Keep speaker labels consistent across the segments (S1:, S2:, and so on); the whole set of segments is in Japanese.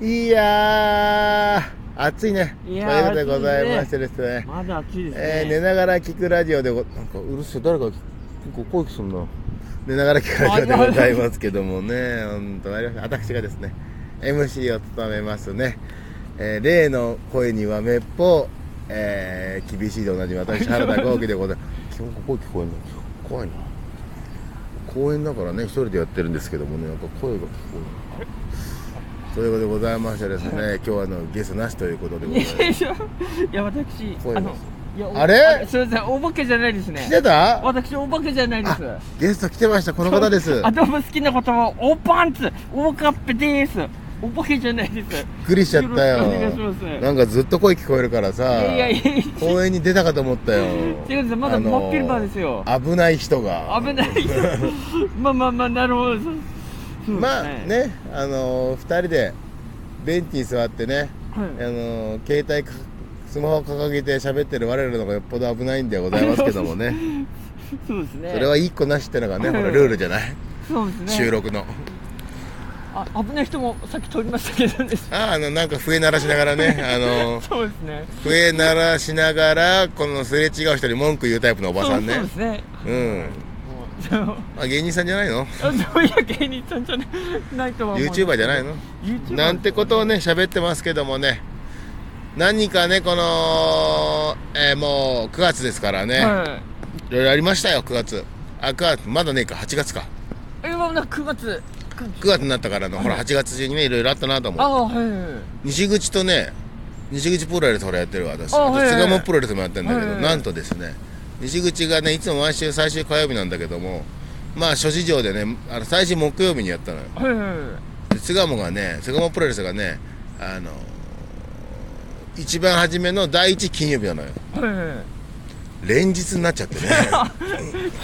S1: いやー、暑いね。
S2: いや
S1: という
S2: ー
S1: ことでございましてですね。
S2: まだ暑いですね。
S1: えー寝ながら聞くラジオでご、なんかうるせえ、誰か結構声聞くんな。寝ながら聞くラジオでございますけどもね、本当ありました。私がですね、MC を務めますね、えー例の声にはめっぽう、えー厳しいでおなじみ、私、原田豪輝でございます。今日声聞こえんの怖いな。公園だからね、一人でやってるんですけどもね、なんか声が聞こえる。ということでございましてですね、今日はあのゲスなしということでご ざいます。
S2: いや、私、
S1: 声が
S2: あの、いやお
S1: あれ
S2: すみません、お化けじゃないです
S1: 来
S2: ね。
S1: てた
S2: 私、お化けじゃないです。
S1: あゲスト来てました、この方です。
S2: あ、どうも好きな言葉、おパンツ、おかっぺです。お化けじゃないです。
S1: びっくりしちゃったよ
S2: よろしくお願いします
S1: なんかずっと声聞こえるから
S2: い
S1: さ
S2: やいやいや。
S1: 公園に出たかと思ったよ
S2: 違うんですまだ真っ昼間ですよ
S1: あの危ない人が
S2: 危ない。 まあまあまあ、なるほど。そうそうです
S1: まあ。ねあのー、2人でベンチに座ってね、
S2: はい
S1: あのー携帯かスマホを掲げて喋ってる我らの方がよっぽど危ないんではございますけども ね
S2: そうですね。
S1: それは一個なしってのがね
S2: うん
S1: これルールじゃない、
S2: そうですね。
S1: 収録の
S2: あ、危ない人もさっき通りましたけど ね。
S1: ああのなんか笛鳴らしながらねあのー
S2: そうですね。
S1: 笛鳴らしながらこのすれ違う人に文句言うタイプのおばさんね
S2: そうそうですね。
S1: うん
S2: そう
S1: あ芸人さんじゃないの
S2: あそういう芸人さんじゃないないとは思う。
S1: YouTuber じゃないの
S2: YouTuber
S1: なんてことをね喋ってますけどもね何かねこの、えーもう9月ですからね、、
S2: はい
S1: ろいろありましたよ9月あ9月まだねえか8月か
S2: い。今なんか9月。く
S1: 9月になったからの、ほら8月中にねいろいろあったなと思
S2: あ
S1: う
S2: あ、はいはいはい。
S1: 西口とね西口プロレスほらやってるわ私
S2: あ
S1: あと
S2: はいはい
S1: 巣鴨プロレスもやってるんだけど、
S2: はいはい
S1: なんとですね西口がねいつも毎週最終火曜日なんだけどもまあ諸事情でねあの最終木曜日にやったのよ
S2: はいはいはい。
S1: で巣鴨がね巣鴨プロレスがねあの一番初めの第一金曜日なのよ
S2: はいはい。
S1: 連日になっちゃって ね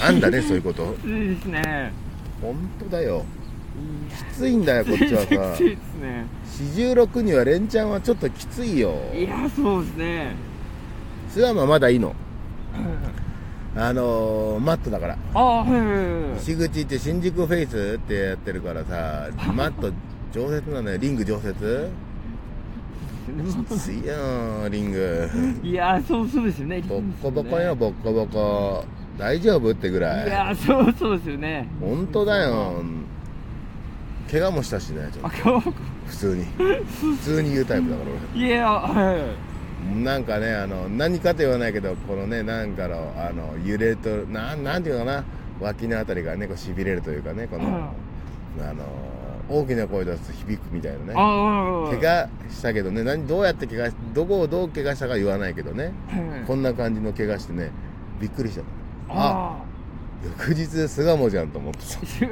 S1: あんだねそういうこと
S2: いいですね。
S1: 本当だよ
S2: いや
S1: きついんだよこっちは
S2: 全然
S1: さ
S2: きついですね。
S1: 46には連チャンはちょっときついよ
S2: いや、そうですね。
S1: 巣鴨はまだいいの
S2: はいはい
S1: あのー、マットだから
S2: ああ、はいはいはい。
S1: 西口って新宿フェイスってやってるからさマット常設なのよリング常設きついよリング
S2: いやーそうそうですよね。
S1: ボッコボコ
S2: い
S1: よボッコボコ大丈夫ってぐらい
S2: やーそうそうですよね。
S1: 本当だよ怪我もしたしねちょ
S2: あ
S1: っと
S2: 顔
S1: 普通に普通に言うタイプだから
S2: いやはいはい
S1: 俺なんかねあの何かと言わないけどこのねなんかのあの揺れとなんなんていうのかな脇のあたりがねこう痺れるというかねこの、あの大きな声出すと響くみたいな
S2: あ
S1: ね
S2: あ
S1: 怪我したけどね何どうやって怪我しどこをどう怪我したか言わないけどね
S2: はい
S1: こんな感じの怪我してねびっくりしたあ
S2: あ
S1: 翌日巣鴨じゃんと思ってさ
S2: ー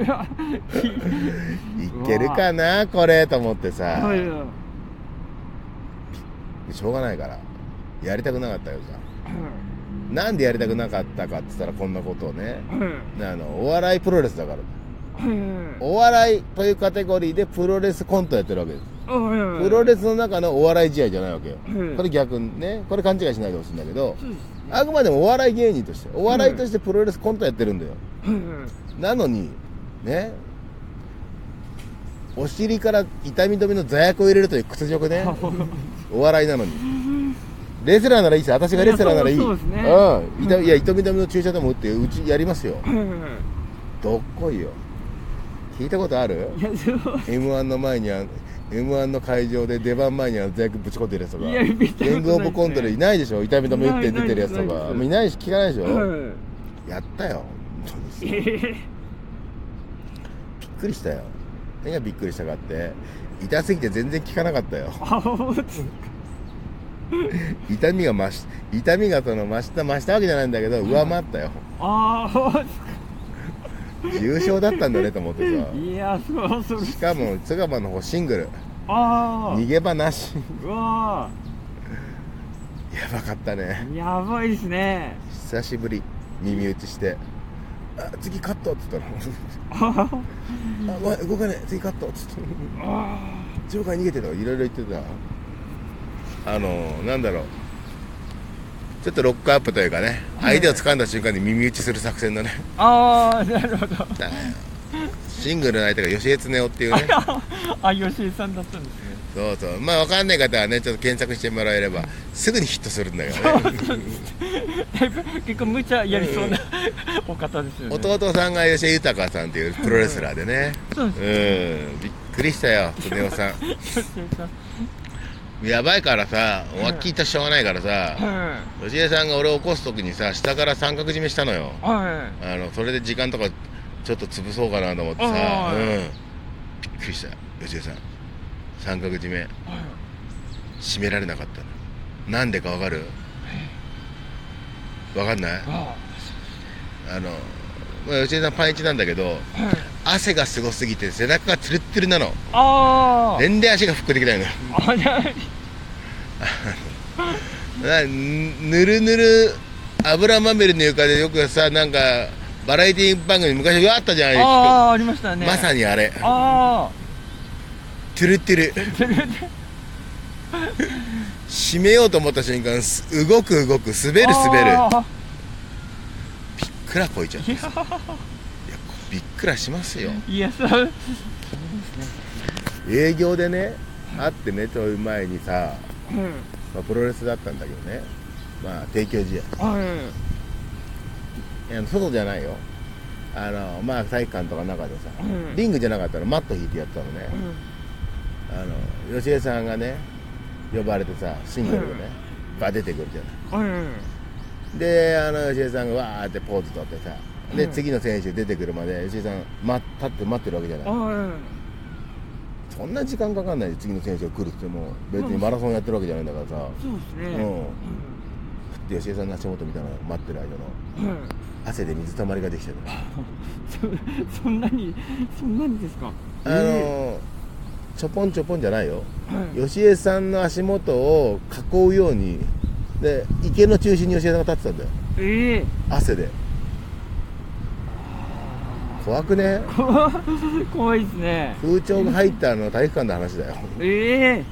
S1: いけるかなこれと思ってさ、
S2: はいはい
S1: しょうがないからやりたくなかったよじゃあなんでやりたくなかったかって言ったらこんなことをね
S2: はいはい
S1: あのお笑いプロレスだから
S2: はい
S1: お笑いというカテゴリーでプロレスコントやってるわけです
S2: はいはい
S1: プロレスの中のお笑い試合じゃないわけよ
S2: うん
S1: これ逆にねこれ勘違いしないでほしいんだけど
S2: そうです
S1: あくまでもお笑い芸人としてお笑いとしてプロレスコントやってるんだよ
S2: はいはい
S1: なのにねお尻から痛み止めの座薬を入れるという屈辱 ねお笑いなのにレスラーならいいさ私がレスラーならいい
S2: いやそうそうですね
S1: ん痛みいや痛み止めの注射でも打ってうちやりますよ
S2: はいは
S1: どっこいよ聞いたことある
S2: いいやそう
S1: m 1の前にあ m 1の会場で出番前にあの座薬ぶち込んでるやつとか
S2: いや見たことないですね
S1: キングオブコントでいないでしょ痛み止め打って出てるやつとか
S2: ないないです
S1: もういないし聞かないでしょ、
S2: は
S1: やったよ本当
S2: い
S1: に
S2: えへ
S1: び
S2: へ
S1: っくりしたよ何がびっくりしたかって痛すぎて全然効かなかったよ
S2: あほんと
S1: 痛みが増し痛みがその増した増したわけじゃないんだけど上回ったよ
S2: あほん
S1: 重症だったんだねと思って
S2: といやそうそう
S1: さしかも津川の方シングル
S2: あ
S1: 逃げ場なし
S2: あうわ
S1: やばかったね
S2: ーやばいですね
S1: 久しぶり耳打ちして「あ次カット」っつったら
S2: あー
S1: あごめん動かねえ次カット」っつって
S2: あ
S1: 「場外逃げて」とかいろいろ言ってたあのなんだろうちょっとロックアップというかね相手を掴んだ瞬間に耳打ちする作戦だね
S2: ーあーなるほど
S1: だよシングルの相手が吉江恒夫っていうね
S2: あ、吉井さんだったんですね。
S1: そうそうまあわかんない方はねちょっと検索してもらえればすぐにヒットするんだからね
S2: だいぶ結構無茶やりそうな、お方ですよね。
S1: 弟さんが吉江豊さんっていうプロレスラーでね
S2: そうです
S1: うんびっくりした よ恒夫さ
S2: 吉井さん。
S1: んやばいからさおわっきいたしょうがないからさ
S2: は
S1: 吉江さんが俺を起こす時にさ下から三角締めしたのよ
S2: い。は
S1: あのそれで時間とかちょっと潰そうかなと思ってさ、
S2: あ
S1: う
S2: ー
S1: ん、びっくりした吉江さん三角締め
S2: い。はい
S1: 締められなかったのなんでかわかるわかんない
S2: あ
S1: あの、まあ、吉江さんパンイチなんだけど
S2: あ。はい。
S1: 汗がすごすぎて背中がツルッツルなの
S2: ああ。
S1: 全然足が復できないのよ
S2: あじゃあ
S1: なぬるぬる油まみれの床でよくさなんかバラエティ番組昔あったじゃない
S2: あーありましたね
S1: まさにあれ
S2: あ
S1: トゥルトゥル
S2: あそれで
S1: 締めようと思った瞬間す動く動く滑る滑る
S2: あ
S1: びっくらこいちゃって
S2: ー
S1: いやびっくらしますよ
S2: いやいやそう
S1: 営業でね会ってねちょい前にさ、
S2: うん
S1: まあ、プロレスだったんだけどねまあ提供試合
S2: はい
S1: や外じゃないよあのまあ体育館とかの中でさ、
S2: うん
S1: リングじゃなかったらマット引いてやってたのね
S2: い、うん
S1: あの吉江さんがね呼ばれてさシングルでね、バー出てくるじゃない
S2: うん
S1: であの吉江さんがわーってポーズ取ってさで、
S2: うん
S1: 次の選手出てくるまで吉江さん、ま、立って待ってるわけじゃない
S2: うん
S1: そんな時間かかんないで次の選手が来るっても別にマラソンやってるわけじゃないんだからさ、
S2: そうですね
S1: うんで吉江さんの足元みたいなの待ってる間の
S2: うんうん
S1: 汗で水たまりができてる
S2: そそんなにそんなにですか
S1: あのちょぽんちょぽんじゃないよ
S2: はい
S1: 吉江さんの足元を囲うようにで池の中心に吉江さんが立ってたんだよ
S2: ええ
S1: 汗で怖くね
S2: 怖怖いですね
S1: 空調が入ったあの体育館の話だよ
S2: ええ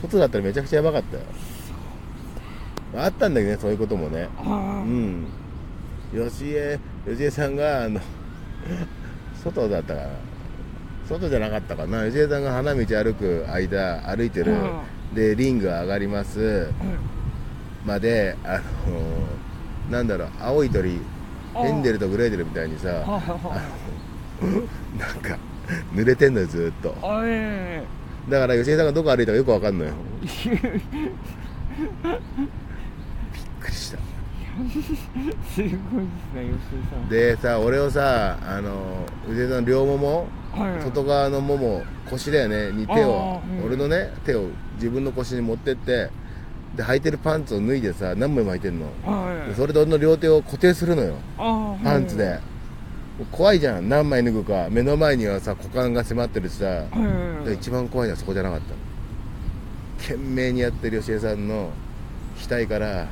S1: 外だったらめちゃくちゃやばかったよあったんだけどねそういうこともねう
S2: あ
S1: ん吉江吉江さんがあの 外だったから外じゃなかったかな吉江さんが花道歩く間歩いてるでリング上がります
S2: あうん
S1: まであのなんだろう青い鳥ヘンデルとグレーデルみたいに
S2: あ
S1: さ
S2: あ
S1: なんか濡れてんのよずーっと
S2: あええ
S1: だから吉江さんがどこ歩いたかよくわかん ないよびっくりした
S2: すごいですね吉井さん
S1: でさ俺をさあの吉江さんの両もも
S2: はい
S1: 外側のもも腰だよねに手を
S2: あーうん
S1: 俺のね手を自分の腰に持ってってで履いてるパンツを脱いでさ何枚も履いてんの
S2: はい
S1: それで俺の両手を固定するのよ
S2: あー
S1: パンツで怖いじゃん何枚脱ぐか目の前にはさ股間が迫ってるしさ
S2: はいはいはい
S1: 一番怖いのはそこじゃなかったの懸命にやってる吉江さんの額からあの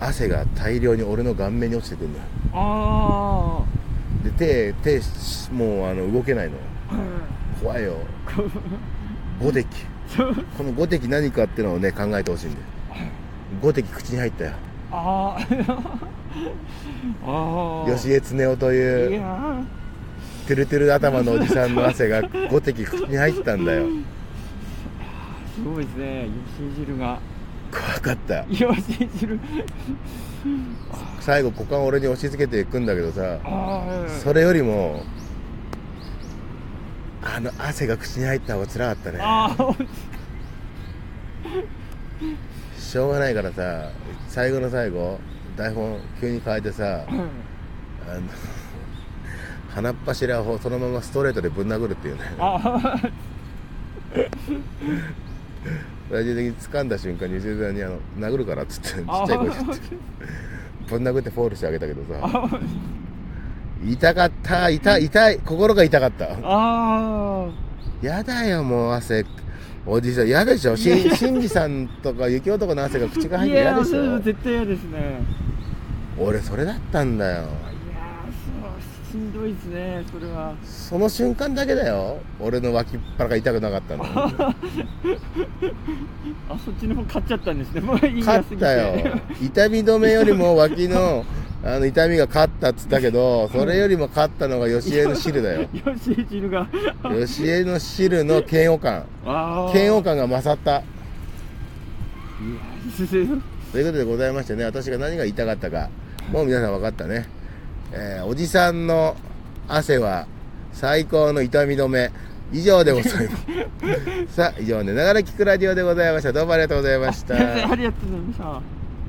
S1: 汗が大量に俺の顔面に落ちてくるんだよ
S2: あ
S1: で手手しもうあの動けないの
S2: あうん
S1: 怖いよ五滴
S2: そう
S1: この五滴何かってのをね考えてほしいんだよ五滴口に入ったよ
S2: あーあー
S1: 吉江恒夫と
S2: い
S1: いう
S2: や
S1: てるてる頭のおじさんの汗が五滴口に入ったんだよ
S2: ーすごいですね吉井汁が
S1: 怖かった
S2: 吉井汁
S1: 最後股間を俺に押し付けていくんだけどさ
S2: ああうん
S1: それよりもあの汗が口に入った方が辛かったね
S2: ああ
S1: しょうがないからさ最後の最後台本急に変えてさあの 鼻っ柱をそのままストレートでぶん殴るっていうね
S2: あー
S1: 最終的に掴んだ瞬間に吉田さんにあの「殴るから」っつってちっち
S2: あ
S1: ゃい声で
S2: ー
S1: ぶん殴ってフォールしてあげたけど
S2: あ
S1: さ
S2: ー
S1: 痛かった痛い痛い心が痛かった
S2: あ
S1: やだよもう汗おじいさん嫌でしょしんしんじさんとか雪男の汗が口が
S2: ー
S1: 入っ
S2: い
S1: て嫌
S2: や
S1: で
S2: ー
S1: し
S2: そう
S1: ょ
S2: 絶対嫌ですね
S1: 俺それだったんだよ
S2: いやーそうしんどいですねそれは
S1: その瞬間だけだよ俺の脇っ腹が痛くなかったの
S2: あそっちの方買っちゃったんですねもういいや
S1: 勝
S2: す
S1: っ
S2: ぎて
S1: たよ痛み止めよりも脇のああの痛みが勝ったっつったけどそれよりも勝ったのが吉江の汁だよ
S2: よし、一流が。
S1: 吉江の汁の嫌悪感
S2: ああ。
S1: 嫌悪
S2: い
S1: 感が勝った
S2: や、すす
S1: ということでございましてね私が何が言いたかったかもう皆さん分かったね、えーおじさんの汗は最高の痛み止め以上でございます さあ以上寝ながら聞くラジオでございましたどうもありがとうございました
S2: ありがとうございました。